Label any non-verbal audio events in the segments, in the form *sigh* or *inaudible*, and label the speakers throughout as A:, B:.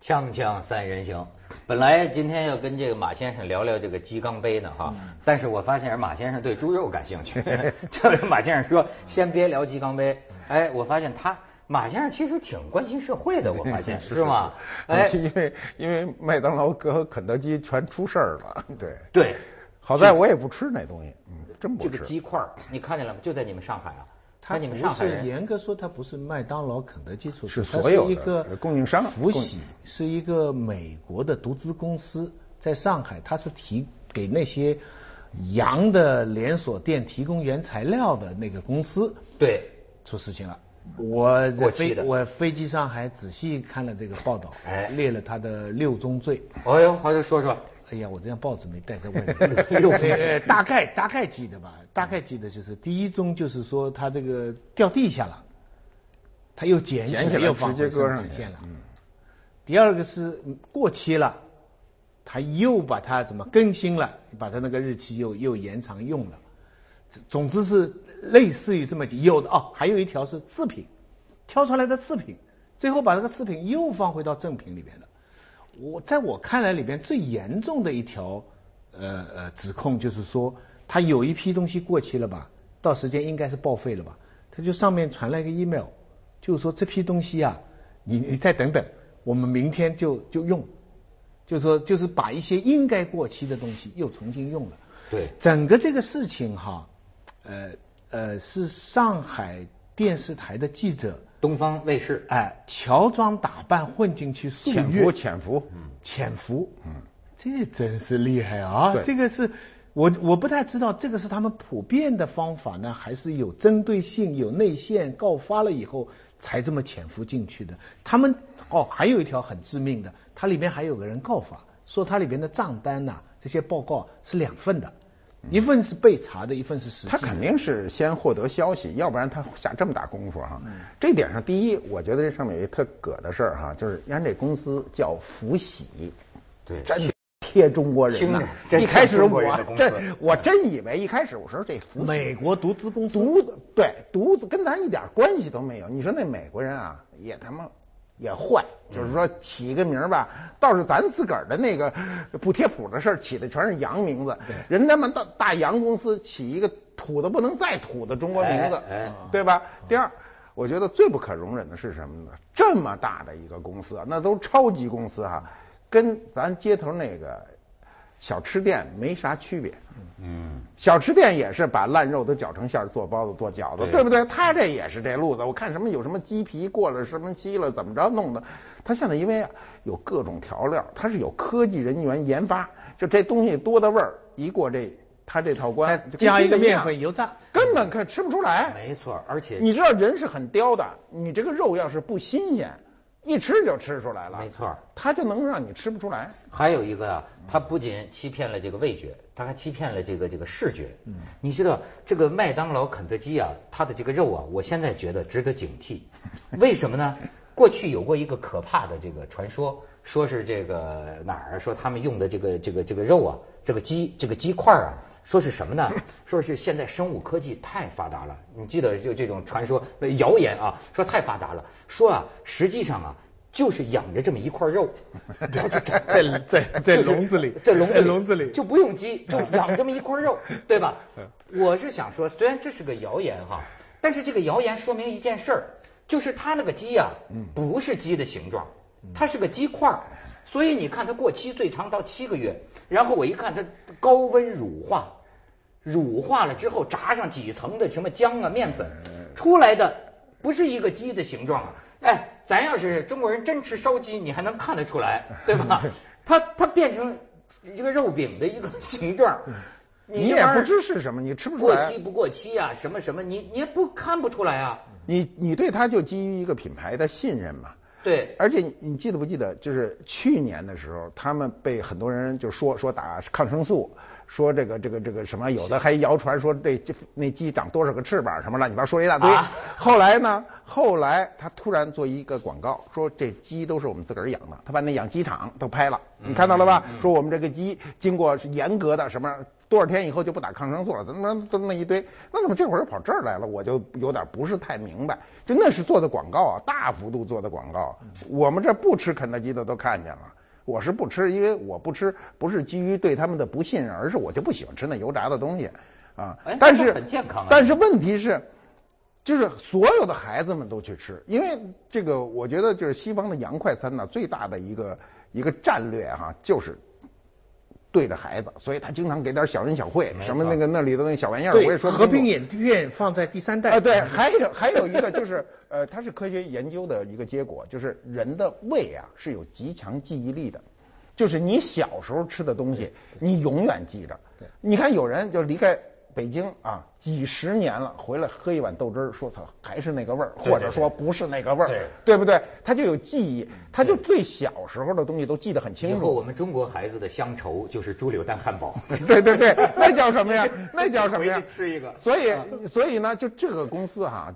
A: 锵锵三人行，本来今天要跟这个马先生聊聊这个鸡缸杯呢哈，但是我发现马先生对猪肉感兴 *laughs* 趣，就是马先生说先别聊鸡缸杯，哎，我发现他马先生其实挺关心社会的，我发现 *laughs* 是吗？
B: *laughs*
A: 哎，
B: 因为因为麦当劳和肯德基全出事儿了，对。
A: 对，
B: 好在我也不吃那东西，嗯，真不
A: 这
B: 吃。
A: 个鸡块儿你看见了吗？就在你们上海啊，
C: 它
A: 在你们
C: 不
A: 上海
C: 是
A: 人
C: 严格说，它不是麦当劳、肯德基出
B: 是
C: 的，它
B: 所有的
C: 一个
B: 供应商
C: 福
B: 供
C: 喜是一个美国的独资公司，在上海，它是提给那些洋的连锁店提供原材料的那个公司
A: 对。
C: 出事情了。我在
A: 过期
C: 飞
A: 的
C: 我飞机上还仔细看了这个报道
A: 哎，
C: 列了他的六宗罪。
A: 哎呦，好，就说说，
C: 哎呀，我这张报纸没带在外面。
B: *laughs*
C: 呃大概大概记得吧，大概记得就是第一宗就是说他这个掉地下了，他又捡
B: 捡起来
C: 又放
B: 直
C: 回
B: 接搁
C: 生
B: 上
C: 产
B: 去
C: 线了。
B: 嗯
C: 第二个是嗯过期了，他又把它怎么更新了，把它那个日期又又延长用了。总之是类似于这么有的哦，还有一条是次品，挑出来的次品，最后把这个次品又放回到正品里边的。我在我看来里边最严重的一条呃呃指控就是说，他有一批东西过期了吧，到时间应该是报废了吧，他就上面传来一个 email，就是说这批东西啊，你你再等等，我们明天就就用，就是说就是把一些应该过期的东西又重新用了。
A: 对
C: 整个这个事情哈，呃呃，是上海电视台的记者
A: 东方卫视，
C: 哎、乔装打扮混进去数
B: 潜
C: 月
B: 伏，，潜伏，
C: 潜伏，
B: 嗯
C: 这真是厉害啊
B: 对！
C: 这个是我我不太知道，这个是他们普遍的方法呢，还是有针对性、有内线告发了以后才这么潜伏进去的？他们哦，还有一条很致命的，它里面还有个人告发，说它里面的账单呐、这些报告是两份的，一份是被查的，一份是实际
B: 嗯
C: 的。
B: 他肯定是先获得消息，要不然他下这么大功夫哈、
A: 嗯
B: 这点上，第一，我觉得这上面有一特葛的事儿、哈，就是人家这公司叫福喜，
A: 对
B: 真贴中国人
A: 听
B: 呐、
A: 着真
B: 一开始
A: 像中国人的
B: 我
A: 公司
B: 真我真以为一开始我说这福喜
C: 美国独资公司
B: 独子对独子跟咱一点关系都没有。你说那美国人啊，也他妈也坏，就是
A: 嗯
B: 说起一个名儿吧，倒是咱自个儿的那个不贴谱的事儿起的全是洋名字，人他妈大大洋公司起一个土的不能再土的中国名字
A: 哎哎，
B: 对吧？第二。我觉得最不可容忍的是什么呢？这么大的一个公司啊，那都超级公司哈、跟咱街头那个小吃店没啥区别。
A: 嗯，
B: 小吃店也是把烂肉都搅成馅儿做包子做饺子，
A: 对
B: 对不对？他这也是这路子。我看什么有什么鸡皮过了什么鸡了，怎么着弄的？他现在因为啊有各种调料，他是有科技人员研发，就这东西多的味儿，一过这他这套关，
C: 他
B: 就跟
C: 加一个
B: 新的样
C: 面粉油炸，
B: 根本看吃不出来。
A: 没错，而且
B: 你知道人是很刁的，你这个肉要是不新鲜，一吃就吃出来了。
A: 没错，
B: 他就能让你吃不出来。
A: 还有一个啊，他不仅欺骗了这个味觉，他还欺骗了这个这个视觉。嗯，你知道这个麦当劳、肯德基啊，它的这个肉啊，我现在觉得值得警惕。为什么呢？ *laughs* 过去有过一个可怕的这个传说，说是这个哪儿啊说他们用的这个这个这个肉啊，这个鸡这个鸡块啊，说是什么呢？说是现在生物科技太发达了。你记得就这种传说呃谣言啊，说太发达了，说啊，实际上啊。就是养着这么一块肉，
C: *laughs* 在在在笼子里，
A: 这笼子
C: 在笼子里
A: 就不用鸡，就养这么一块
C: *laughs*
A: 肉，对吧？
C: 嗯
A: 我是想说，虽然这是个谣言哈，但是这个谣言说明一件事儿，就是它那个鸡呀、
C: 嗯
A: 不是鸡的形状，它是个鸡块儿。所以你看它过期最长到七个月，然后我一看它高温乳化，乳化了之后炸上几层的什么姜啊面粉，
B: 哎
A: 出来的不是一个鸡的形状啊！哎，咱要是中国人真吃烧鸡，你还能看得出
B: *laughs*
A: 来，对吧？它它变成一个肉饼的一个形状，
B: 嗯你
A: 这玩
B: 也
A: 意儿
B: 不知是什么你吃不出
A: 过
B: 来
A: 期不过期啊，什么什么，你你也不看不出来啊。
B: 你你对他就基于一个品牌的信任嘛。
A: 对，
B: 而且你你记得不记得，就是去年的时候，他们被很多人就说说打抗生素，说这个这个这个什么，有的还谣传说这鸡那鸡长多少个翅膀什么乱七八糟说一大堆。
A: 啊
B: 后来呢，后来他突然做一个广告，说这鸡都是我们自个儿养
A: 嗯
B: 的，他把那养鸡场都拍了，你看到了吧？说我们这个鸡经过是严格的什么多少天以后就不打抗生素了，怎么怎么一堆？那怎么这会儿又跑这儿来了？我就有点不是太明白。就那是做的广告啊，大幅度做的广告啊。我们这不吃肯德基的都看见了。我是不吃，因为我不吃不是基于对他们的不信任，而是我就不喜欢吃那油炸的东西啊
A: 哎。
B: 但是
A: 这很健康啊
B: 但是问题是，就是所有的孩子们都去吃，因为这个我觉得就是西方的洋快餐呢，最大的一个一个战略哈、就是。对着孩子，所以他经常给点小恩小惠，什么那个那里头那小玩意儿，我也说不
C: 和
B: 清楚
C: 平影院放在第三代
B: 啊，对，还有还有一个就是，呃，它是科学研究的一个结果，就是人的胃啊是有极强记忆力的，就是你小时候吃的东西，你永远记着。你看有人就离开北京啊几十年了，回来喝一碗豆汁儿，说它还是那个味儿，
A: 对
B: 或者说不是那个味儿，
A: 对嗯
B: 对不对？他就有记忆，他就对小时候的东西都记得很
A: 以
B: 清
A: 后我
B: 楚。
A: 们中国孩子的乡愁就是猪柳蛋汉
B: *laughs*
A: 堡。
B: 对对对，那叫什么呀？那叫什么呀
A: 回去？吃一个
B: 所以，所以呢，就这个公司哈，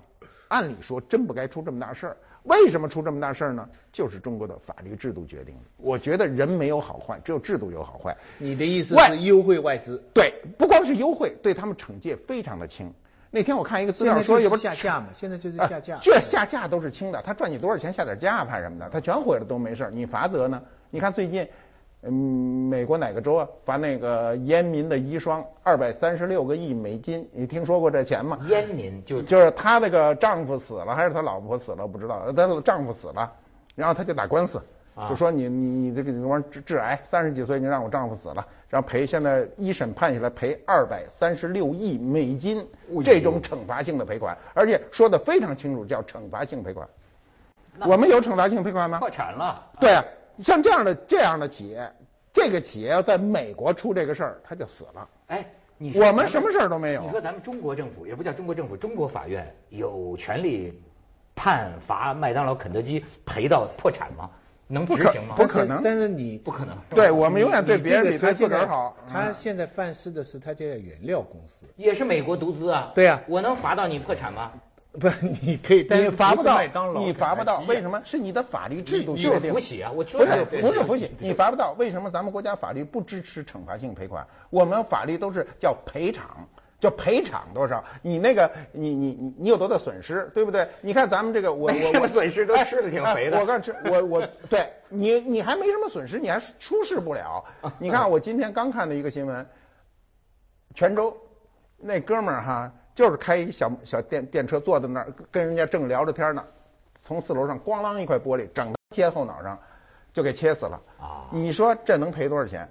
B: 按理说真不该出这么大事儿。为什么出这么大事儿呢？就是中国的法律制度决定的。我觉得人没有好坏，只有制度有好坏。
C: 你的意思
B: 外
C: 是优惠外资？
B: 对，不光是优惠，对他们惩戒非常的轻。那天我看一个资料说，有不
C: 现在就是呃下架嘛现在就是下架
B: 啊这下架都是轻的，他赚你多少钱下点架怕什么的，他全毁了都没事儿你罚则呢？你看最近，嗯，美国哪个州啊罚那个烟民的遗孀二百三十六个亿美金？你听说过这钱吗？
A: 烟民就
B: 就是她那个丈夫死了，还是她老婆死了，不知道。呃她丈夫死了，然后她就打官司，
A: 啊
B: 就说你你你这个什么致致癌，三十几岁你让我丈夫死了，然后赔现在一审判下来赔二百三十六亿美
C: 哎
B: 金，这种惩罚性的赔款，而且说的非常清楚，叫惩罚性赔款。我们有惩罚性赔款吗？
A: 破产了。
B: 对啊，像这样的这样的企业，这个企业要在美国出这个事儿，他就死了。
A: 哎，你说
B: 我们
A: 咱
B: 什么事儿都没有
A: 你说咱们中国政府也不叫中国政府，中国法院有权利判罚麦当劳、肯德基赔到破产吗？能
B: 不
A: 执
B: 可
A: 行吗？
B: 不可能
C: 但是你
A: 不可能。
B: 对我们永远
C: 你
B: 对
C: 你
B: 别
C: 这
B: 人
C: 个嗯
B: 比
C: 他
B: 对
C: 现
B: 自个儿
C: 在
B: 好。
C: 他现在犯事的是他这家原料公司，
A: 也是美国独资啊。
C: 对啊
A: 我能罚到你破产吗？
C: 不，你可以，但
B: 你
C: 是
B: 罚
C: 不
B: 不
C: 是
B: 到
C: 麦当，劳
B: 你罚不到，
C: 肯德基啊
B: 为什么？是你的法律制度
A: 你
B: 决
A: 你
B: 定。
A: 有福喜啊我确
B: 不
A: 实
B: 是
A: 有福喜
B: 不是福喜，你罚不到，为什么咱们国家法律不支持惩罚性赔款？我们法律都是叫赔偿。叫赔偿多少？你那个，你你你你有多大损失，对不对？你看咱们这个，我
A: 没
B: 我
A: 什么
B: 我
A: 损失都
B: 哎
A: 吃得挺
B: 哎
A: 肥的
B: 我刚吃，我我对你你还没什么损失，你还出示不
A: *laughs*
B: 了。你看我今天刚看的一个新闻，泉州那哥们儿哈，就是开一小小电电车，坐在那儿跟人家正聊着天呢，从四楼上咣啷一块玻璃整切后脑上，就给切死了。
A: 啊
B: 你说这能赔多少钱？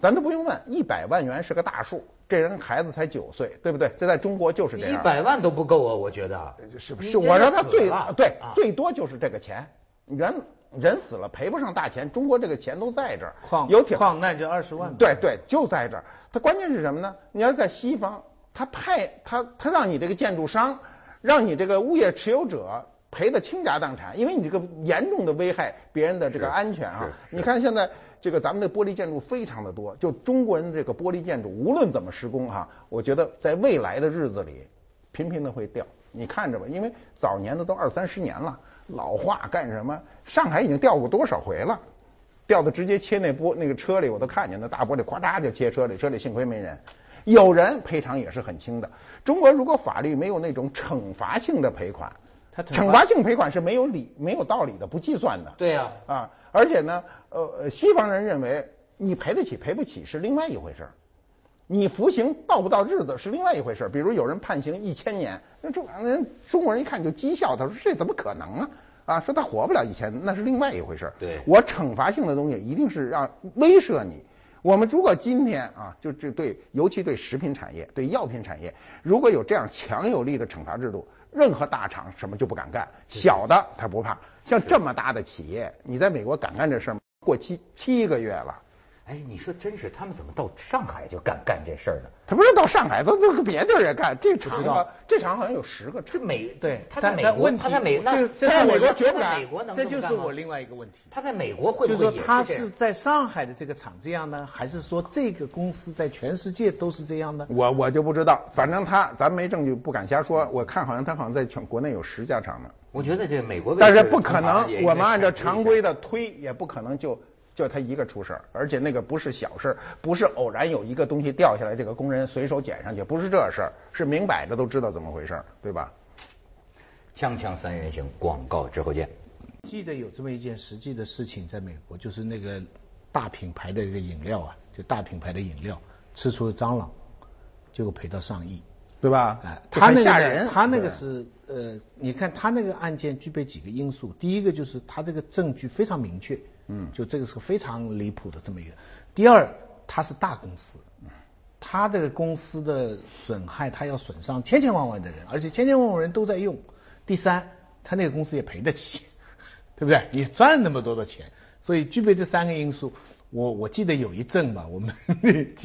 B: 咱都不用问，一百万元是个大数，这人孩子才九岁，对不对？这在中国就是这
A: 一
B: 样。呃
A: 百万都不够啊，我觉得。
B: 是不
A: 你
B: 是？
A: 这
B: 我说他
A: 死
B: 最
A: 了
B: 对
A: 啊
B: 最多就是这个钱，人人死了赔不上大钱，中国这个钱都在这儿，
C: 矿
B: 有挺
C: 矿难就二十万，
B: 对，对，就在这儿。它关键是什么呢？你要在西方，他派他他让你这个建筑商，让你这个物业持有者赔得倾家荡产，因为你这个严重的危害别人的这个安全啊。你看现在这个咱们的玻璃建筑非常的多，就中国人这个玻璃建筑无论怎么施工哈、我觉得在未来的日子里，频频的会掉。你看着吧，因为早年的都二三十年了，老化干什么？上海已经掉过多少回了？掉的直接切那玻那个车里，我都看见那大玻璃咵嚓就切车里，车里幸亏没人。有人赔偿也是很轻的。中国如果法律没有那种惩罚性的赔款，
C: 它惩罚
B: 惩罚性赔款是没有理没有道理的，不计算的。
A: 对啊
B: 啊，而且呢，呃，呃西方人认为你赔得起赔不起是另外一回事儿。你服刑到不到日子是另外一回事儿。比如有人判刑一千年，那中人中国人一看就讥笑他，说这怎么可能啊？啊，说他活不了一千，那是另外一回事儿。
A: 对
B: 我惩罚性的东西一定是让威慑你。我们如果今天啊，就这对，尤其对食品产业、对药品产业，如果有这样强有力的惩罚制度，任何大厂什么就不敢干，小的他不怕。像这么大的企业，你在美国敢干这事儿吗？过期七个月了。
A: 哎，你说真是，他们怎么到上海就敢干这事儿呢？
B: 他不是到上海，他他他别地儿也干。这
C: 不
B: 厂
C: 知道
B: 啊，这厂好像有十个
A: 这
B: 厂。
A: 美
C: 对
A: 他在
C: 但
A: 美
C: 但
A: 国，
C: 问
A: 他
C: 题
A: 在美
C: 我
A: 那
C: 这
A: 他
C: 这
A: 在
B: 是
A: 美
B: 我
A: 国
B: 绝不
A: 他
B: 敢
A: 美国能
C: 这
A: 么
C: 就是
A: 干吗
C: 我另外一个问题
A: 他在美国会
C: 就
A: 不会
C: 是说
A: 也
C: 他
A: 这样
C: 是在上海的这个厂这样呢，还是说这个公司在全世界都是这样呢？
B: 我我就不知道，反正他咱没证据，不敢瞎说。我看好像他好像在全国内有十家厂呢，
A: 我觉得这美国为
B: 但
A: 这
B: 是
A: 个
B: 不
A: 惩
B: 可
A: 罚也应
B: 能，
A: 该
B: 我们按照
A: 惩罚一
B: 常
A: 下
B: 规的推，也不可能就就他一个出事儿，而且那个不是小事儿，不是偶然有一个东西掉下来，这个工人随手捡上去，不是这事儿，是明摆着都知道怎么回事儿，对吧？
A: 锵锵三人行，广告之
C: *laughs*
A: 后见。
C: 记得有这么一件实际的事情，在美国，就是那个大品牌的一个饮料啊，就大品牌的饮料吃出了蟑螂，结果赔到上亿。
B: 对吧？
C: 哎，
B: 这
C: 他
B: 很
C: 那个
B: 吓人，
C: 他那个
B: 对
C: 是呃，你看他那个案件具备几个因素，第一个就是他这个证据非常明确，嗯，就这个是非常离谱的这么一个。第二，他是大公司，
B: 嗯
C: 他这个公司的损害，他要损伤千千万万的人，而且千千万万人都在用。第三，他那个公司也赔得起， *laughs* 对不对？也赚那么多的钱，所以具备这三个因素。我我记得有一阵吧，我们 几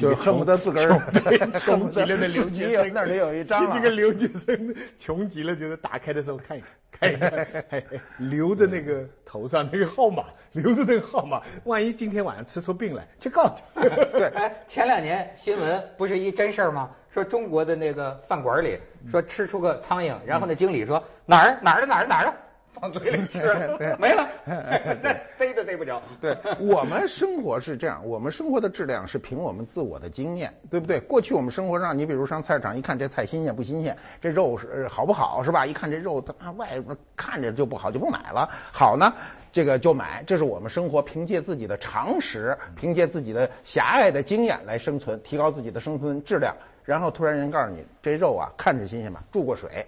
B: *laughs* 就
C: 个
B: 是恨不得自个儿 *laughs*
C: *laughs* 穷对
B: 恨不
C: 穷极
B: 得
C: 了的留学
B: 你有
C: 生，
B: 那儿得有一张
C: *laughs* 这
B: 了
C: 个留学生穷极了，就是打开的时候看一看一看，哎留着那个头上那个号码，留着那个号码，万一今天晚上吃出病来，去告去。
A: 哎，前两年新闻不是一真事儿吗？说中国的那个饭馆里
C: 嗯
A: 说吃出个苍蝇，然后那经理说哪儿哪儿的哪儿的哪儿的，放嘴里吃了没了， *laughs* 那逮都逮不着。。
B: 对，我们生活是这样，我们生活的质量是凭我们自我的经验，对不对？过去我们生活上，你比如上菜市场一看这菜新鲜不新鲜，这肉是呃好不好是吧？一看这肉它妈外边看着就不好，就不买了。好呢，这个就买，这是我们生活凭借自己的常识，凭借自己的狭隘的经验来生存，提高自己的生存质量。然后突然人告诉你，这肉啊看着新鲜吧，注过水。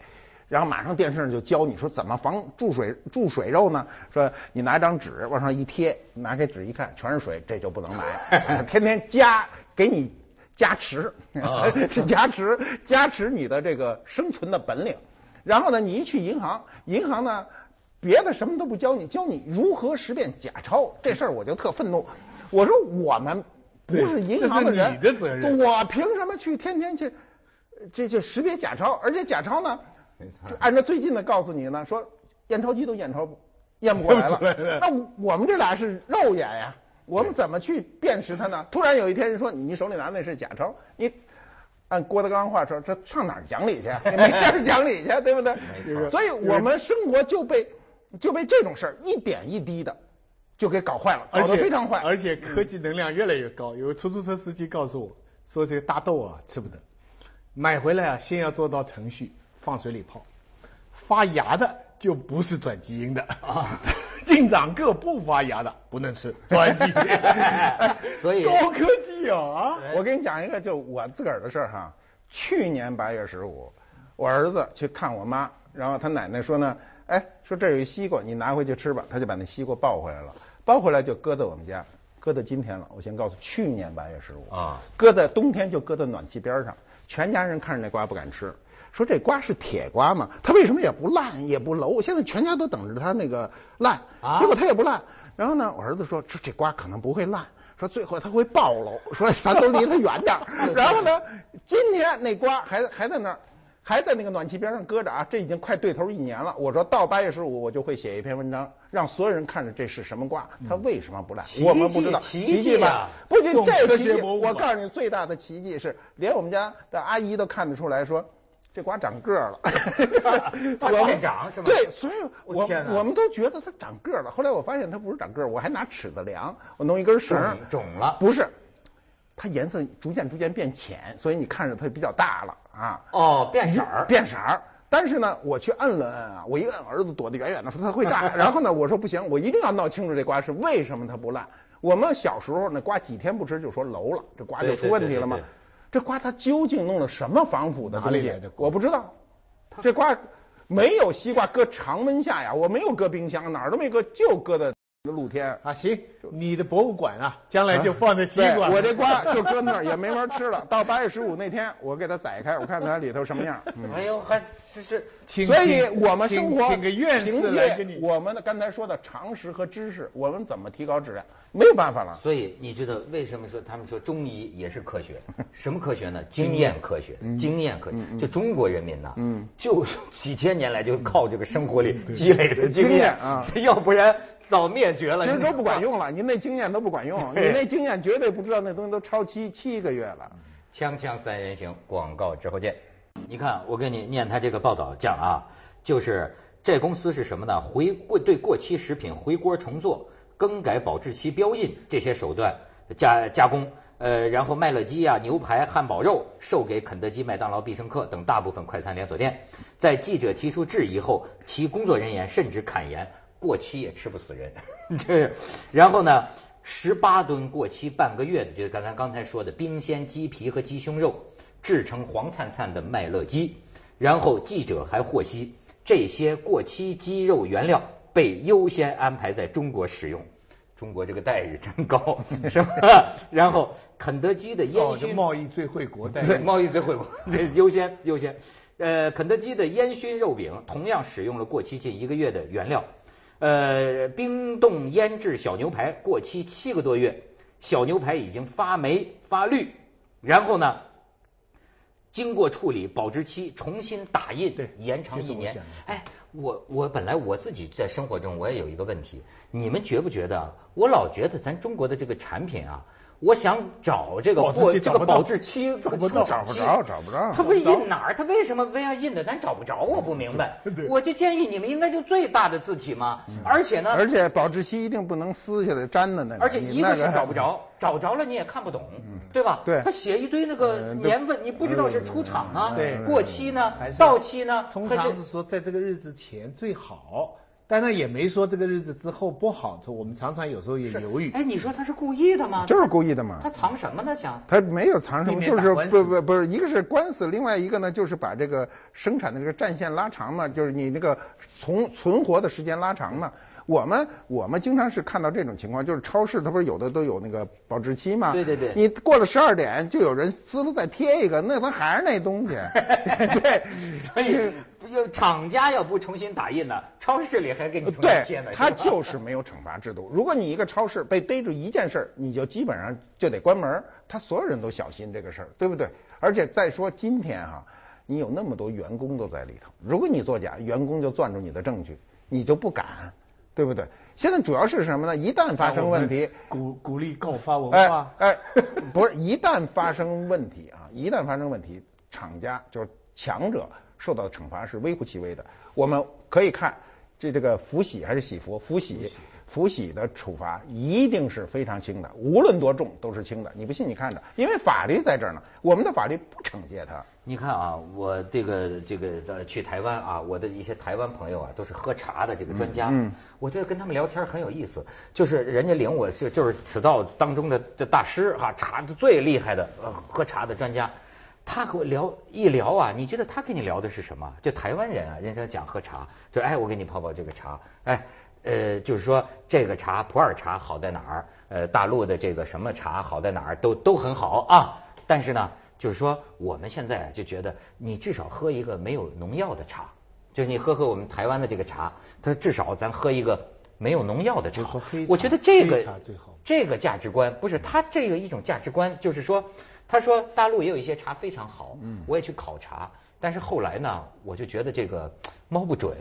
B: 然后马上电视上就教你说怎么防注水注水肉呢？说你拿张纸往上一贴，拿开纸一看全是水，这就不
C: *laughs*
B: 能买。呃天天加给你加持，
C: 啊
B: 是 *laughs* 加持加持你的这个生存的本领。然后呢，你一去银行，银行呢别的什么都不教你，教你如何识辨假钞。这事儿我就特愤怒，我说我们不是银行的人，
C: 对这是你的责任
B: 我凭什么去天天去这这识别假钞？而且假钞呢？就按照最近的告诉你呢，说验钞机都验钞不验不过来了。那我我们这俩是肉眼呀，我们怎么去辨识它呢？突然有一天人说你你手里拿那是假钞，你按郭德纲话说，这上哪儿讲理去？啊你没地儿讲理去，啊对不对？所以我们生活就被就被这种事儿一点一滴的就给搞坏了，搞得非常坏。
C: 而且科技能量越来越高。有个出租车司机告诉我说，这个大豆啊吃不得，买回来啊先要做到程序，放水里泡，发芽的就不是转基因的啊。进长个不发芽的不能吃，转基因
A: 所以
C: 高科技啊，
B: 我跟你讲一个，就我自个儿的事儿哈。去年八月十五，我儿子去看我妈，然后他奶奶说呢，哎，说这儿有一西瓜，你拿回去吃吧。他就把那西瓜抱回来了，抱回来就搁在我们家，搁到今天了。我先告诉，去年八月十五
A: 啊，
B: 搁在冬天就搁在暖气边上，全家人看着那瓜不敢吃。说这瓜是铁瓜嘛，它为什么也不烂也不楼？现在全家都等着它那个烂，
A: 啊
B: 结果它也不烂。然后呢，我儿子说这这瓜可能不会烂，说最后它会暴露，说咱都离它远
A: *laughs*
B: 点儿。然后呢，今天那瓜还还在那儿，还在那个暖气边上搁着啊，这已经快对头一年了。我说到八月十五我就会写一篇文章，让所有人看着这是什么瓜，它为什么不
A: 嗯
B: 烂？
A: 奇迹
B: 我们不知道
A: 奇迹
B: 迹吧
A: 啊？
B: 不仅
C: 众
B: 这
C: 科
B: 奇
C: 学
B: 迹，
C: 博物
B: 我
C: 馆
B: 告诉你最大的奇迹是，连我们家的阿姨都看得出来说。这瓜长个
A: *laughs*
B: 儿了，
A: 它
B: 我
A: 快
B: 们
A: 长是吗
B: 对，所以
A: 我
B: 我
A: 天哪
B: 我们都觉得它长个儿了。后来我发现它不是长个儿，我还拿尺子量，我弄一根绳儿，
A: 肿肿了
B: 不是，它颜色逐渐逐渐变浅，所以你看着它比较大了啊。
A: 哦，变色儿。
B: 变色儿。但是呢，我去摁了摁啊，我一摁，儿子躲得远远的，说它会
A: *laughs*
B: 炸。然后呢，我说不行，我一定要闹清楚这瓜是为什么它不烂。我们小时候那瓜几天不吃就说楼了，这瓜就出问题了嘛
A: 对对对对对。
B: 这瓜它究竟弄了什么防腐的东
C: 哪里
B: 西
C: 来的？瓜
B: 我不知道。这瓜没有西瓜搁常温下呀，我没有搁冰箱，哪儿都没搁，就搁在
A: *laughs*
B: 露天。
C: 啊行，你的博物馆啊，将来就放在西
B: 对
C: 瓜。
B: 我这瓜就搁那儿也没法吃了。到八月十五那天，我给它宰开，我看它里头什么样。嗯。
A: 哎呦，还这是
C: 请
B: 所以
C: 请
B: 我们生活
C: 请请个院
B: 凭
C: 士
B: 借
C: 来跟你
B: 我们的刚才说的常识和知识，我们怎么提高质量？没有办法了。
A: 所以你知道为什么说他们说中医也是科
B: *laughs*
A: 学？什么科学呢？经验科学，
B: 嗯
A: 经验科学。就中国人民呐，嗯，就几千年来就靠这个生活里积累的
B: 嗯经
A: 经
B: 验
A: 验
B: 啊，
A: *laughs* 要不然早灭绝了。
B: 其实
A: 你啊
B: 都不管用了，您那经验都不管用，你那经验绝对不知道那东西都超期七个月了。
A: 锵锵三人行，广告之后见。你看，我给你念他这个报道讲啊，就是这公司是什么呢？回过对过期食品回锅重做，更改保质期标印这些手段加加工，呃，然后麦乐鸡啊、牛排、汉堡肉售给肯德基、麦当劳、必胜客等大部分快餐连锁店。在记者提出质疑后，其工作人员甚至坦言，过期也吃不死人。 *laughs* 这，然后呢，十八吨过期半个月的，就是刚才刚才说的冰鲜鸡皮和鸡胸肉，制成黄灿灿的麦乐鸡。然后记者还获悉，这些过期鸡肉原料被优先安排在中国使用。中国这个待遇真高，是吧？ *laughs* 然后肯德基的烟
C: 哦，这
A: 熏
C: 贸易最惠国待
A: 对，
C: 遇，
A: 贸易最惠国， *laughs* 对，优先优先。呃，肯德基的烟熏肉饼同样使用了过期近一个月的原料。呃，冰冻腌制小牛排过期七个多月，小牛排已经发霉发绿，然后呢，经过处理，保质期重新打印，
C: 对
A: 延长一年
C: 这是我讲的。
A: 哎，我我本来我自己在生活中我也有一个问题，你们觉不觉得啊？我老觉得咱中国的这个产品啊，我想找这个
C: 保质
A: 货，
C: 期
A: 这
C: 找
A: 个
C: 不到
A: 保质期
B: 找不到找不着找不着
A: 他不是印哪儿？他为什么非要印的？咱找不着，我不明白
C: 对。对
A: 我就建议你们应该就最大的字体嘛，而且呢，
B: 嗯而且保质期一定不能撕下来粘的那个，
A: 而且
B: 你
A: 一个
B: 那
A: 是找不着，找着了你也看不懂，对吧？
B: 对
A: 他写一堆那个
B: 呃嗯对
A: 年份，你不知道是出厂啊，
C: 对
A: 过期呢
C: 还，是
A: 到期呢，
C: 通
A: 还
C: 常是说在这个日子前最好，当然也没说这个日子之后不好。我们常常有时候也
A: 是
C: 犹豫。
A: 哎，你说他是故意的吗？
B: 就是故意的嘛
A: 他藏什么呢？想
B: 他没有藏什么，
C: 避免
B: 就
C: 打
B: 是
C: 官司
B: 不不不是一个是官司，另外一个呢就是把这个生产的这个战线拉长嘛，就是你那个存存活的时间拉长嘛。我们我们经常是看到这种情况，就是超市它不是有的都有那个保质期嘛？
A: 对对对
B: 你过了十二点就有人撕了再贴一个，那它还是那东
C: *laughs*
B: 西。 *laughs* 对，
A: 所以要厂家要不重新打印呢，超市里还给你重新贴
B: 对
A: 呢。，
B: 他
A: 是吧
B: 就是没有惩罚制度。如果你一个超市被逮住一件事儿，你就基本上就得关门儿，他所有人都小心这个事儿，对不对？而且再说今天哈、你有那么多员工都在里头，如果你作假，员工就攥住你的证据，你就不敢，对不对？现在主要是什么呢？一旦发生问
A: 啊
B: 题，
C: 鼓鼓励告发文
B: 哎
C: 化。
B: 哎， *laughs* 不是，一旦发生问题啊，一旦发生问题，厂家就是强者受到的惩罚是微乎其微的。我们可以看这这个福喜还是喜福，福喜福喜的处罚一定是非常轻的，无论多重都是轻的。你不信你看着，因为法律在这儿呢，我们的法律不惩戒他。
A: 你看啊，我这个这个呃去台湾啊，我的一些台湾朋友啊，都是喝茶的这个专家，
B: 嗯
A: 我觉得跟他们聊天很有意思，就是人家领我是就是此道当中的这大师哈、茶的最厉害的、呃、喝茶的专家，他和我聊一聊啊，你觉得他跟你聊的是什么？就台湾人啊，人家讲喝茶，就哎我给你泡泡这个茶，哎呃就是说这个茶普洱茶好在哪儿？呃大陆的这个什么茶好在哪儿？都都很好啊。但是呢，就是说我们现在就觉得，你至少喝一个没有农药的茶，就是你喝喝我们台湾的这个茶，他说至少咱喝一个没有农药的茶
C: 就说黑。茶
A: 我觉得这个
C: 黑茶最好
A: 这个价值观不是他这个一种价值观，就是说，他说大陆也有一些茶非常好，
C: 嗯
A: 我也去考察，但是后来呢，我就觉得这个摸不准。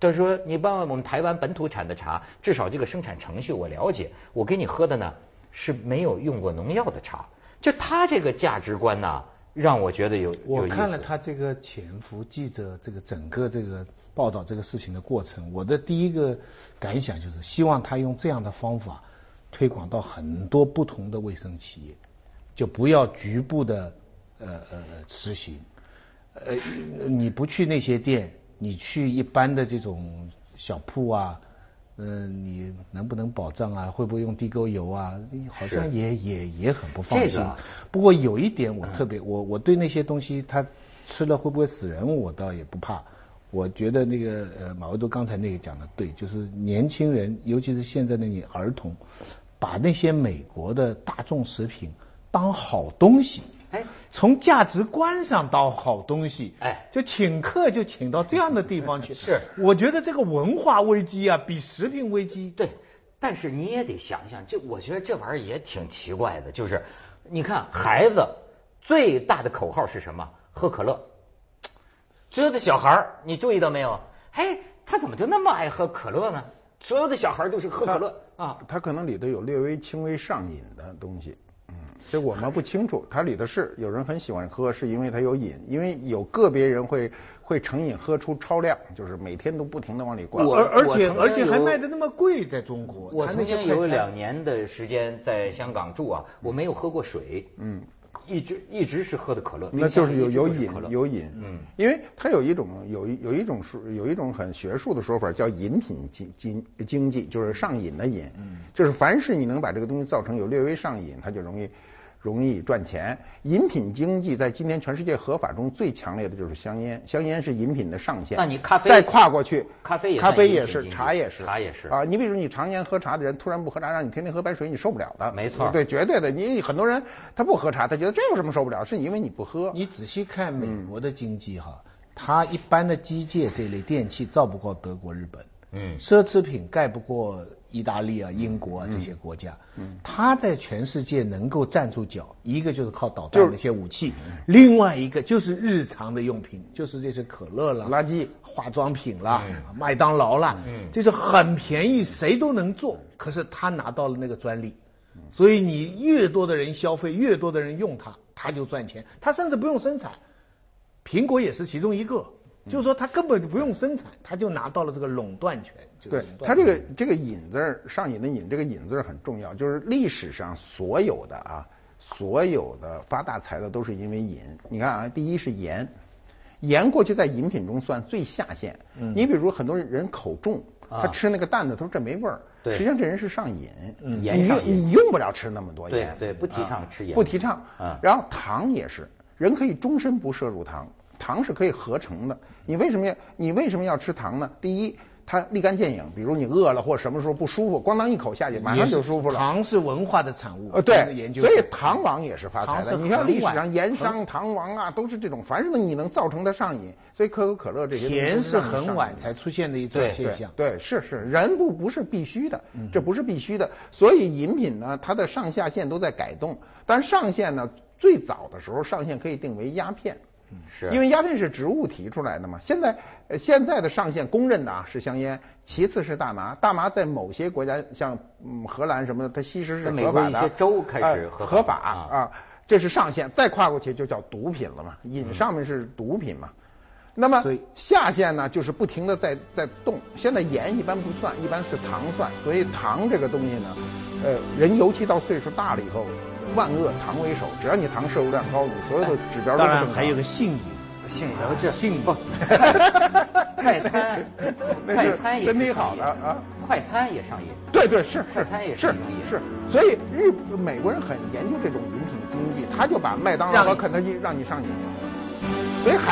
A: 就是说，你帮我们台湾本土产的茶，至少这个生产程序我了解，我给你喝的呢是没有用过农药的茶。就他这个价值观呐，让我觉得有有
C: 我
A: 意
C: 看了
A: 思
C: 他这个潜伏记者这个整个这个报道这个事情的过程，我的第一个感想就是希望他用这样的方法推广到很多不同的卫生企业，就不要局部的呃呃呃实行，呃你不去那些店，你去一般的这种小铺啊。嗯，你能不能保障啊？会不会用地沟油啊？好像也也也很不放
A: 这
C: 心。
A: 个啊
C: 不过有一点我特
A: 嗯
C: 别，我我对那些东西它吃了会不会死人，我倒也不怕。我觉得那个呃，马未都刚才那个讲的对，就是年轻人，尤其是现在的你儿童，把那些美国的大众食品当好东西。
A: 哎
C: 从价值观上当好东西，
A: 哎
C: 就请客就请到这样的地方
A: *laughs*
C: 去。
A: 是
C: 我觉得这个文化危机啊，比食品危机
A: 对，但是你也得想想，这我觉得这玩意儿也挺奇怪的，就是你看孩子最大的口号是什么？喝可乐。所有的小孩儿，你注意到没有？哎，他怎么就那么爱喝可乐呢？所有的小孩儿都是喝可乐啊。
B: 他可能里头有略微轻微上瘾的东西。嗯，这我们不清楚，它里头是有人很喜欢喝，是因为它有瘾，因为有个别人会会成瘾喝出超量，就是每天都不停的往里灌。
A: 我
C: 而而且
A: 我曾经
C: 而且还
A: 有
C: 卖的那么贵，在中国，
A: 我
C: 它
A: 曾
C: 那些
A: 经
C: 快
A: 有
C: 餐
A: 两年的时间在香港住啊，我没有喝过水，嗯，一直一直是喝的可乐，
B: 那就是有
A: 冰箱
B: 有
A: 里一直
B: 瘾
A: 都是可乐
B: 有瘾，嗯，因为它有一种有一有一种说有一种很学术的说法叫饮品经经经济，就是上瘾的瘾，嗯，就是凡是你能把这个东西造成有略微上瘾，它就容易容易赚钱。饮品经济在今天全世界合法中最强烈的就是香烟，香烟是饮品的上限。
A: 那你咖啡
B: 再跨过去，
A: 咖啡也
B: 咖啡
A: 算饮
B: 也
A: 品
B: 是，
A: 经济
B: 茶也是，
A: 茶也是
B: 啊。你比如你常年喝茶的人，突然不喝茶，让你天天喝白水，你受不了的。
A: 没错
B: 对，绝对的。你很多人他不喝茶，他觉得这有什么受不了，是因为你不喝。
C: 你仔细看美国的经济哈，它一般的机械这类电器造不过德国、日本，
A: 嗯
C: 奢侈品盖不过意大利啊、英国啊这些国家，它在全世界能够站住脚，一个就是嗯靠导弹那些武器，另外一个就是日常的用品，就是这些可乐啦、
B: 垃圾、
C: 化妆品啦、
B: 嗯
C: 麦当劳啦，这是很便宜，谁都能做，可是他拿到了那个专利。
B: 嗯
C: 所以你越多的人消费，越多的人用它，它就赚钱。它甚至不用生产，苹果也是其中一个，
B: 嗯
C: 就是说它根本就不用生产，它就拿到了这个垄断权。就是
B: 对
C: 垄断
B: 它这个这个瘾字儿，上瘾的瘾，这个瘾字儿很重要。就是历史上所有的啊，所有的发大财的都是因为瘾。你看啊，第一是盐，盐过去在饮品中算最下限。你比如很多人口重，
A: 嗯啊
B: 他吃那个淡的，他说这没味儿。
A: 对
B: 实际上这人是上瘾，
A: 嗯
B: 你
A: 盐上瘾
B: 你用不了吃那么多盐。
A: 对对不提倡吃盐
B: 啊不提倡。
A: 啊
B: 然后糖也是，人可以终身不摄入糖，糖是可以合成的。你为什么要你为什么要吃糖呢？第一，它立竿见影，比如你饿了或什么时候不舒服，咣当一口下去，马上就舒服了。
C: 糖是文化的产物，
B: 呃，
C: 这个
B: 对
C: 研，究
B: 所以
C: 是
B: 糖王也是发财的。
C: 糖是
B: 你看历史
C: 很晚
B: 上盐商、糖王啊，都是这种，凡是能你能造成它上瘾，所以可口可乐这些东西
C: 甜
B: 都
C: 是
B: 让你上
C: 很晚
B: 瘾
C: 才出现的一种
A: 对
C: 现象。
B: 对，对是是，人不不是必须的，
A: 嗯
B: 这不是必须的。所以饮品呢，它的上下限都在改动。但上限呢，最早的时候上限可以定为鸦片，
A: 嗯是
B: 因为鸦片是植物提出来的嘛。现在呃现在的上限公认的啊是香烟，其次是大麻。大麻在某些国家，像嗯荷兰什么的，它吸食是
A: 在美
B: 合
A: 国
B: 法
A: 一
B: 的，
A: 些州开
B: 呃
A: 始合
B: 合
A: 法
B: 法
A: 啊
B: 啊，这是上限，再跨过去就叫毒品了嘛，
A: 嗯
B: 瘾上面是毒品嘛。那么
C: 所以
B: 下限呢，就是不停的在在动。现在盐一般不算，一般是糖算，所以糖这个东西呢，呃，人尤其到岁数大了以后，万恶糖为首，只要你糖摄入量高，你所有的指标都
C: 当
B: 不
C: 然
B: 正
C: 还有
B: 常
C: 个性瘾。
A: 性格这
C: 性
A: 不 *laughs* 快餐
B: *laughs* 那
A: 快
B: 是
A: 餐也
B: 身
A: 是
B: 体
A: 上
B: 好的
A: 瘾
B: 啊
A: 快餐也上瘾，
B: 对对是
A: 快
B: 是
A: 餐也
B: 是
A: 上瘾
B: 是，所以日美国人很研究这种饮品经济，他就把麦当劳
C: 让
B: 和
C: 你
B: 肯德基让你上瘾，所以还。